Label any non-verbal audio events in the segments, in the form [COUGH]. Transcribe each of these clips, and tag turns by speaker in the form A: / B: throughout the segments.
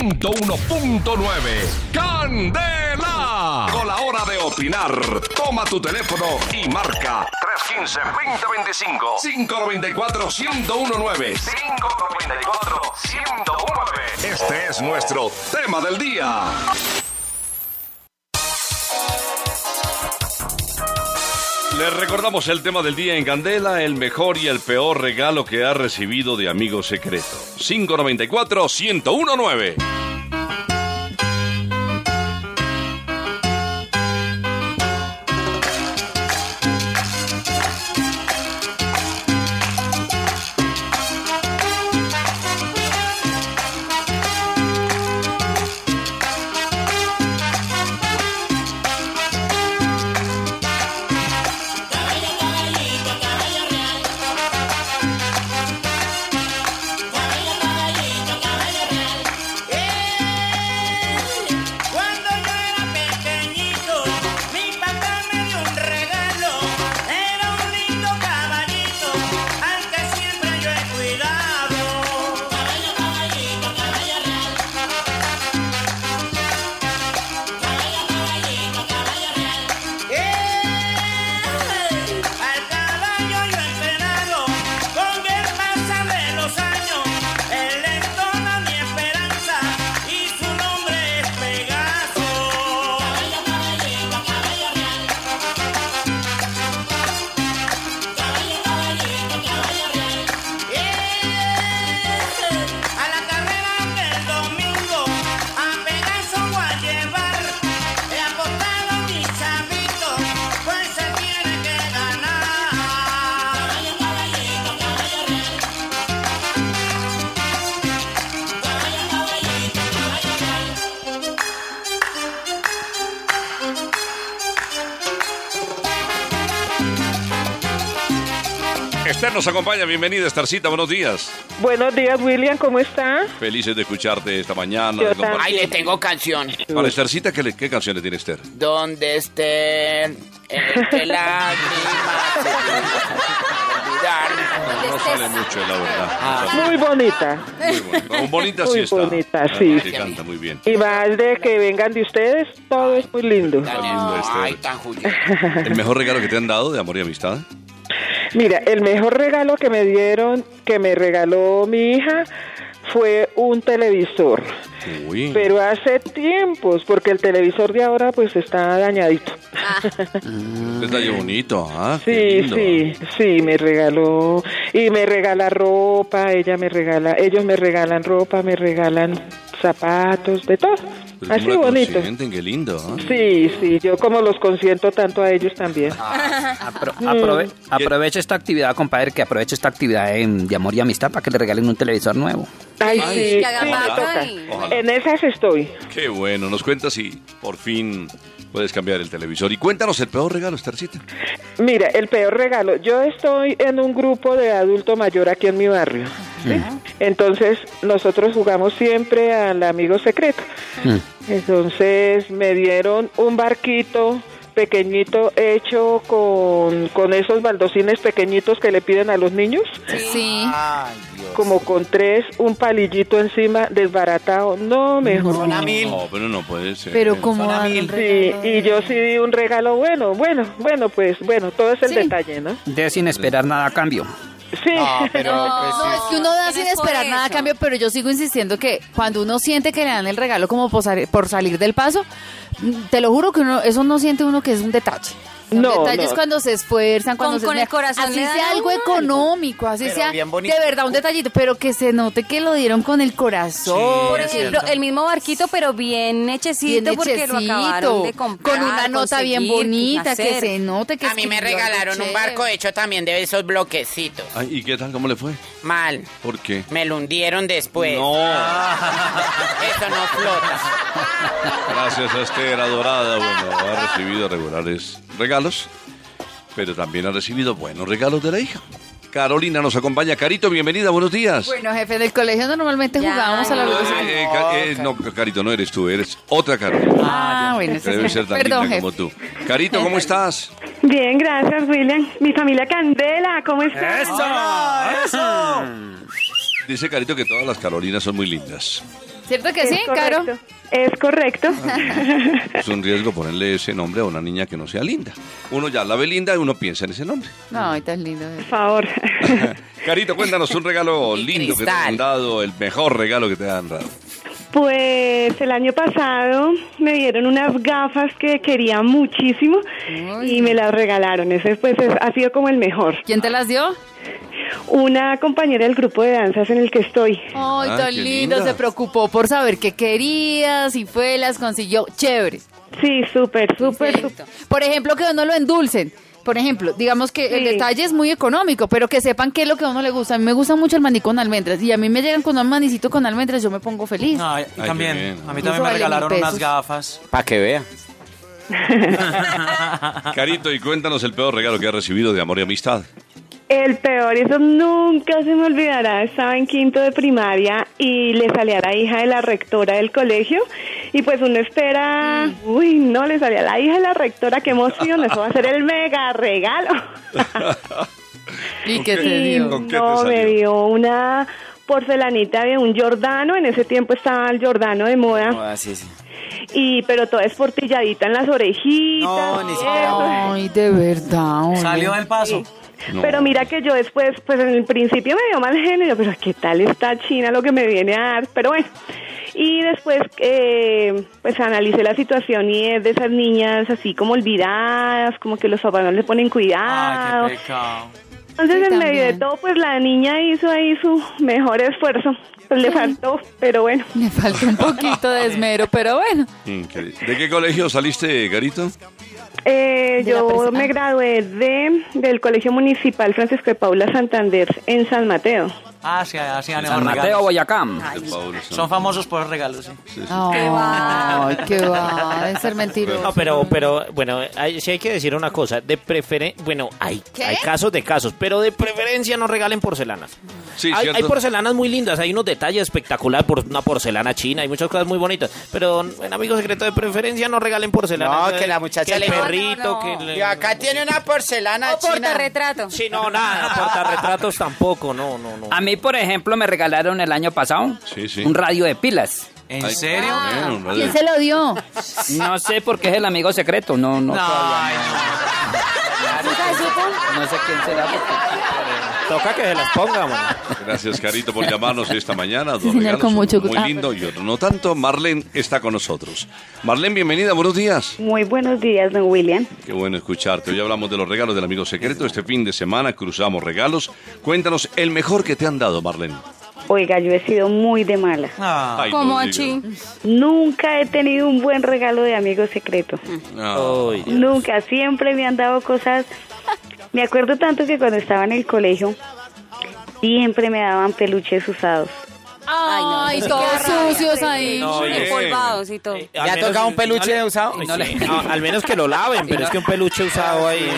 A: 101.9. ¡Candela! Con la hora de opinar, toma tu teléfono y marca 315-2025-594-1019. 594-1019. Este es nuestro tema del día. Les recordamos el tema del día en Candela, el mejor y el peor regalo que ha recibido de amigo secreto. 594-1019.
B: Caballo, caballito, caballo real. Caballo, caballito, caballo real. Cuando yo era pequeñito, mi papá me dio un regalo. Era un lindo caballito, al que siempre yo he cuidado. Caballo, caballito, caballo real. Caballo, caballito, caballo real. ¡Ey! Al caballo yo he entrenado, con el pasar de los años, él es toda mi esperanza y su nombre es Pegaso. Caballo, caballito, caballo real. Caballo, caballito, caballo real. A la carrera del domingo, a Pegaso voy a llevar. He apostado mis chavitos, pues se tiene que ganar. Caballo, caballito, caballo real. Caballo, caballito, caballo real.
A: Esther nos acompaña, bienvenida Estarcita, buenos días.
C: Buenos días, William, ¿cómo está?
A: Felices de escucharte esta mañana.
C: Yo
A: de compartir.
D: Ay, le tengo canción.
A: Para Estarcita, ¿qué, le- qué canción le tiene Esther?
D: Donde esté el lágrima se olvidar.
A: No, no sale mucho, la verdad.
C: Muy bonita.
A: Ah, Muy bonita. Con bonita sí
C: Muy
A: está.
C: bonita,
A: Ah,
C: sí.
A: canta muy bien.
C: Y más de que vengan de ustedes, todo es muy lindo.
D: Tan
A: lindo este.
D: Ay, tan Julio.
A: ¿El mejor regalo que te han dado de amor y amistad?
C: Mira, el mejor regalo que me dieron, que me regaló mi hija, fue un televisor.
A: Uy.
C: Pero hace tiempos, porque el televisor de ahora pues está dañadito.
A: Un detalle bonito, ¿ah? Qué
C: Sí,
A: lindo.
C: sí, sí, me regaló. Y me regala ropa, ella me regala, ellos me regalan ropa, me regalan zapatos, de todo.
A: Pero
C: Así
A: cómo la
C: bonito.
A: consienten, qué lindo, ¿ah?
C: Sí, sí, yo como los consiento tanto a ellos también.
E: Apro-
C: Mm.
E: aprove- aprovecha esta actividad, compadre, que aproveche esta actividad em, de, amor y amistad para que le regalen un televisor nuevo.
C: Ay,
A: Ay,
C: sí,
A: que haga
C: sí, me
A: vaca
C: toca.
A: y- Ojalá.
C: En esas estoy.
A: Qué bueno, nos cuentas si por fin puedes cambiar el televisor. Y cuéntanos el peor regalo, Starcita.
C: Mira, el peor regalo. Yo estoy en un grupo de adulto mayor aquí en mi barrio. ¿sí? Entonces, nosotros jugamos siempre al amigo secreto. Entonces, me dieron un barquito pequeñito hecho con, con esos baldocines pequeñitos que le piden a los niños,
F: Sí.
D: Ah,
C: como con tres, un palillito encima, desbaratado. No, mejor.
A: No, pero no puede ser.
D: eh,
F: Pero como dan un
C: Sí,
F: regalo.
C: y yo sí di un regalo bueno, bueno, bueno, pues bueno, todo es el
F: Sí.
C: detalle, ¿no?
E: De sin esperar nada a cambio.
C: Sí,
G: Pues
F: No, es que uno da sin esperar nada a cambio, pero yo sigo insistiendo que cuando uno siente que le dan el regalo como por, sal- por salir del paso, mm, te lo juro que uno, eso no siente uno que es un detache. Un
C: No,
F: detalle es
C: no.
F: cuando se esfuerzan, cuando
H: Con-
F: se
H: con el
F: esmeran.
H: corazón
F: así
H: le dan
F: sea
H: a
F: algo
H: uno algo.
F: económico, así sea de verdad un detallito, pero que se note que lo dieron con el corazón.
H: Por ejemplo, el mismo barquito, pero bien hechecito,
F: Bien
H: porque lo
F: hechecito,
H: acabaron de comprar.
F: con una nota bien
H: conseguir,
F: bonita que
H: hacer.
F: se note que
D: A mí me
F: escribió algo
D: regalaron un
F: chévere.
D: barco hecho también de esos bloquecitos.
A: Ay, ¿Y qué tal? ¿Cómo le fue?
D: Mal.
A: ¿Por qué?
D: Me lo hundieron
C: Pues,
D: después.
A: No.
C: ah.
D: Eso no flota.
A: Gracias a Esther, adorada. Bueno, ha recibido regulares regalos, pero también ha recibido buenos regalos de la hija. Carolina nos acompaña. Carito, bienvenida, buenos días.
F: Bueno, jefe, del colegio normalmente
H: Ya,
F: jugábamos a la
H: no.
A: Eh,
F: luz.
A: eh, Ca- eh, no, Carito, no eres tú, eres otra Carolina.
F: Ah, bueno,
A: que
F: ese
A: debe
F: sí.
A: ser tan
F: Perdón,
A: linda
F: jefe.
A: como tú. Carito, ¿cómo estás?
I: Bien, gracias, William. Mi familia Candela, ¿cómo estás?
F: ¡Ah,
J: [LAUGHS]
A: Dice Carito que todas las Carolinas son muy lindas.
F: ¿Cierto que
C: Es
F: sí, Caro?
C: correcto. Es
F: [LAUGHS]
C: correcto.
D: Es un riesgo ponerle ese nombre a una niña que no sea linda. Uno ya la ve linda y uno piensa en ese nombre. [LAUGHS]
F: No, ay, tan lindo.
C: Por
F: [LAUGHS]
C: favor.
D: Carito, cuéntanos un regalo
K: Y
D: lindo que te
K: cristal.
D: han dado, el mejor regalo que te han dado.
C: Pues el año pasado me dieron unas gafas que quería muchísimo
F: Ay.
C: y me las regalaron. Ese pues es- ha sido como el mejor.
F: ¿Quién te las dio?
C: Una compañera del grupo de danzas en el que estoy.
F: Ay,
D: Ah,
F: tan
D: qué
F: lindo.
D: linda.
F: Se preocupó por saber qué querías y fue, las consiguió. Chévere.
C: Sí, súper, súper,
F: Perfecto.
C: súper.
F: Por ejemplo, que uno lo endulcen. Por ejemplo, digamos que el
C: Sí.
F: detalle es muy económico, pero que sepan qué es lo que a uno le gusta. A mí me gusta mucho el maní con almendras y a mí me llegan con un manicito con almendras, yo me pongo feliz.
J: No,
C: Ah,
J: y
D: qué
J: también,
D: bien.
J: a mí
F: Eso
J: también me
F: vale
J: regalaron
F: mil
J: unas
F: pesos.
J: gafas.
K: Para que vea.
D: Carito, y cuéntanos el peor regalo que has recibido de amor y amistad.
C: El peor, eso nunca se me olvidará. Estaba en quinto de primaria y le salía la hija de la rectora del colegio. Y pues uno espera.
D: Mm.
C: Uy, no, le salía la hija de la rectora. Qué emoción. Eso va a
D: [LAUGHS]
C: ser el mega regalo.
F: ¿Y qué te
C: Y
F: dio?
D: ¿Con qué te
C: no, me
D: salió?
C: dio una porcelanita de un Jordano. En ese tiempo estaba el Jordano de
J: Oh,
C: moda.
K: Así sí.
C: y Pero toda esportilladita en las orejitas.
J: No, ni
C: y
J: siquiera.
C: eso.
F: Ay, de verdad. hombre.
J: Salió del paso.
D: No.
C: Pero mira que yo después, pues en el principio me dio mal genio, yo, pero ¿qué tal está China lo que me viene a dar? Pero bueno, y después eh, pues analicé la situación y es de esas niñas así como olvidadas, como que los papás no le ponen cuidado.
J: Ay, qué pecado.
C: Entonces
F: Sí,
C: en medio de
F: también.
C: todo, pues la niña hizo ahí su mejor esfuerzo, pues le faltó, pero bueno.
F: Me falta un poquito de esmero, pero bueno.
D: Increíble. ¿De Mm, qué colegio saliste, Carito?
C: Eh,
F: De la
C: yo
F: presa-
C: me
F: ah.
C: gradué de, del Colegio Municipal Francisco de Paula Santander en San Mateo.
J: Ah, sí, hacían esos
E: San Mateo,
J: regalos.
E: Boyacá.
D: De Pablo
J: Son famosos por los regalos, sí.
F: Ay, qué va. Debe ser mentiroso.
D: Ah,
G: No, pero, pero bueno, hay, sí hay que decir una cosa. De preferencia, bueno, hay,
F: ¿Qué?
G: hay casos de casos, pero de preferencia no regalen porcelanas.
D: Sí,
G: hay,
D: cierto.
G: hay porcelanas muy lindas, hay unos detalles espectaculares por una porcelana china, hay muchas cosas muy bonitas. Pero, en amigo secreto, de preferencia no regalen porcelanas.
K: No,
G: eh,
K: que la muchacha
G: que el
K: le- No, no,
G: perrito,
H: no.
G: que
K: Y
G: le-
K: acá tiene una porcelana
H: O
K: china.
H: portarretrato.
G: Sí, no, nada, portarretratos tampoco, no, no, no.
E: A mí, por ejemplo, me regalaron el año pasado
D: Sí, sí.
E: un radio de pilas.
J: ¿En
D: Ay,
J: serio?
D: bueno, madre.
F: ¿Quién se lo dio?
E: No sé por qué es el amigo secreto. No, no,
J: No,
E: todavía
J: ay,
E: [LAUGHS] no. No sé quién será. porque-
G: Toca que se las ponga, mano.
D: Gracias, Carito, por llamarnos esta mañana. Dos
F: Sí, señor,
D: regalos,
F: con mucho
D: uno
F: gusto.
D: Muy lindo y otro no tanto. Marlene está con nosotros. Marlene, bienvenida, buenos días.
C: Muy buenos días, don William.
D: Qué bueno escucharte. Hoy hablamos de los regalos del amigo secreto. Este fin de semana cruzamos regalos. Cuéntanos el mejor que te han dado, Marlene.
C: Oiga, yo he sido muy de mala.
J: no.
D: Ay,
H: Como
D: no
H: así.
D: digas.
C: Nunca he tenido un buen regalo de amigo secreto.
D: Ah,
G: Ay, Dios.
C: Nunca, siempre me han dado cosas. Me acuerdo tanto que cuando estaba en el colegio, siempre me daban peluches usados.
F: Ay, todos sucios ahí.
D: No, oye.
H: Empolvados y todo.
G: Eh,
K: ¿Le
G: al
K: ha
G: menos-
K: tocado un peluche
G: no le-
K: usado?
G: Ay,
E: No
G: sí.
E: le-
G: Ah, al menos que lo laven, pero es que un peluche usado ahí.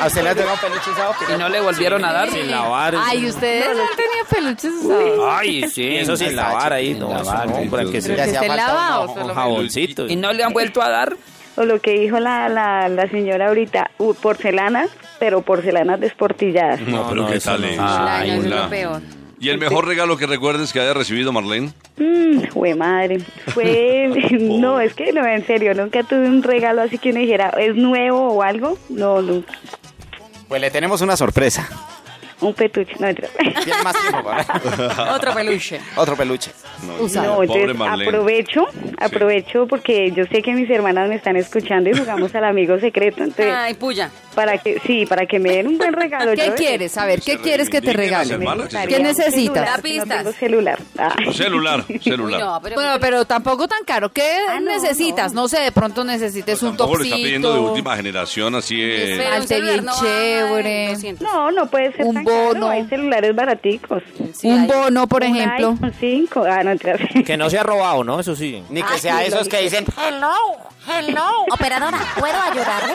K: ¿A usted le ha tocado un peluche usado?
E: Y no le volvieron a dar.
G: Sin lavar.
F: Ay, ustedes no tenían peluches usados.
E: Ay, sí.
G: Y eso sin lavar ahí, no,
E: lavar,
G: eso no,
D: sí,
G: para
D: sí,
G: que
D: sí.
G: se
F: Pero que
K: hacía
F: esté
K: falta
F: lavado.
K: uno-
F: por lo
G: con
F: menos.
G: jaboncito.
E: ¿Y no le han vuelto a dar?
C: O lo que dijo la, la, la señora ahorita, uh, porcelanas, pero porcelanas desportilladas.
D: No, pero
G: no,
D: qué
G: eso
D: tal
G: no.
D: es.
F: Ay, no, eso es
D: hola.
F: lo peor.
D: ¿Y el mejor regalo que recuerdes que haya recibido, Marlene?
C: Mmm, fue madre.
D: [LAUGHS]
C: Fue. no, es que no, en serio, nunca tuve un regalo así que uno dijera, ¿es nuevo o algo? No, nunca.
K: Pues le tenemos una sorpresa.
C: Un peluche, no, mentira.
K: Tiene más tiempo
E: [LAUGHS]
K: para-
H: Ah, Otro peluche.
K: Otro peluche.
D: No,
F: [LAUGHS] Usado.
C: No,
D: pobre
C: entonces
D: Marlene.
C: aprovecho, aprovecho porque yo sé que mis hermanas me están escuchando y jugamos al amigo secreto, entonces
H: Ay, puya.
C: para que sí, para que me den un buen regalo.
F: Ah. ¿Qué
C: yo-
F: quieres? A ver, ¿qué
D: Se
F: quieres que te
D: reivindiquen las
F: regalen?
D: hermanas.
C: Me gustaría
F: ¿Qué
C: un
F: necesitas?
C: celular,
H: Da
C: "Ah, que no
H: pistas.
C: tengo celular. Ah.
F: [LAUGHS]
D: Celular,
H: Uy,
D: celular.
H: no, pero.
F: Bueno, pero tampoco tan caro. ¿Qué
C: Ah, no,
F: necesitas? No. sé, de pronto necesites un
D: Tampoco le está pidiendo de última
F: topsito.
D: generación, así
H: Pero
D: es.
H: un
F: Salte
H: celular
F: bien
H: no va a-
F: chévere.
H: Lo siento.
C: No, no puede ser
F: Un
C: tan
F: bono.
C: caro, hay celulares baraticos.
H: Sí,
F: Un
H: hay-
F: bono, por
C: Un
F: ejemplo.
C: iPhone 5, ah, no, entras.
G: Que no se ha robado, ¿no? Eso sí.
K: Ni que sea esos que dicen, hello, hello.
H: Operadora, ¿puedo ayudarle?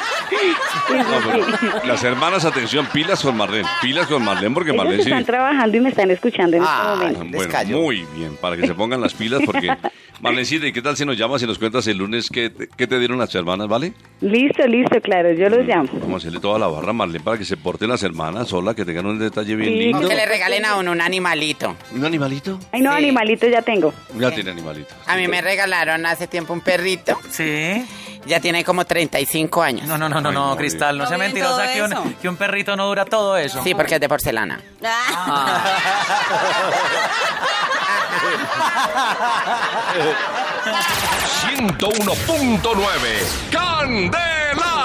D: No, con- las hermanas, atención, pilas con Marlene. Pilas con Marlene, porque
F: Ellos
D: Marlene sí.
F: están trabajando y me están escuchando en este momento.
D: Bueno, muy bien, para que se pongan las pilas, porque Marlencita, ¿y qué tal si nos llamas y nos cuentas el lunes qué te, qué te dieron las hermanas, vale?
F: Listo, listo, claro, yo los llamo.
D: Vamos a hacerle toda la barra a Marlene para que se porten las hermanas, hola, que tengan un detalle bien
F: Sí,
D: lindo.
F: no.
B: Que le regalen a uno un animalito.
D: ¿Un animalito?
F: Ay, no, animalito ya tengo.
D: Ya tiene animalito.
B: A mí me regalaron hace tiempo un perrito. Sí. Ya tiene como 35 años. No,
E: no, no, no, no, Cristal, no sea mentirosa que un, que un perrito no dura todo eso.
B: Sí, porque es de porcelana.
H: Ah.
G: Ah.
A: ¡101.9! ¡Candela!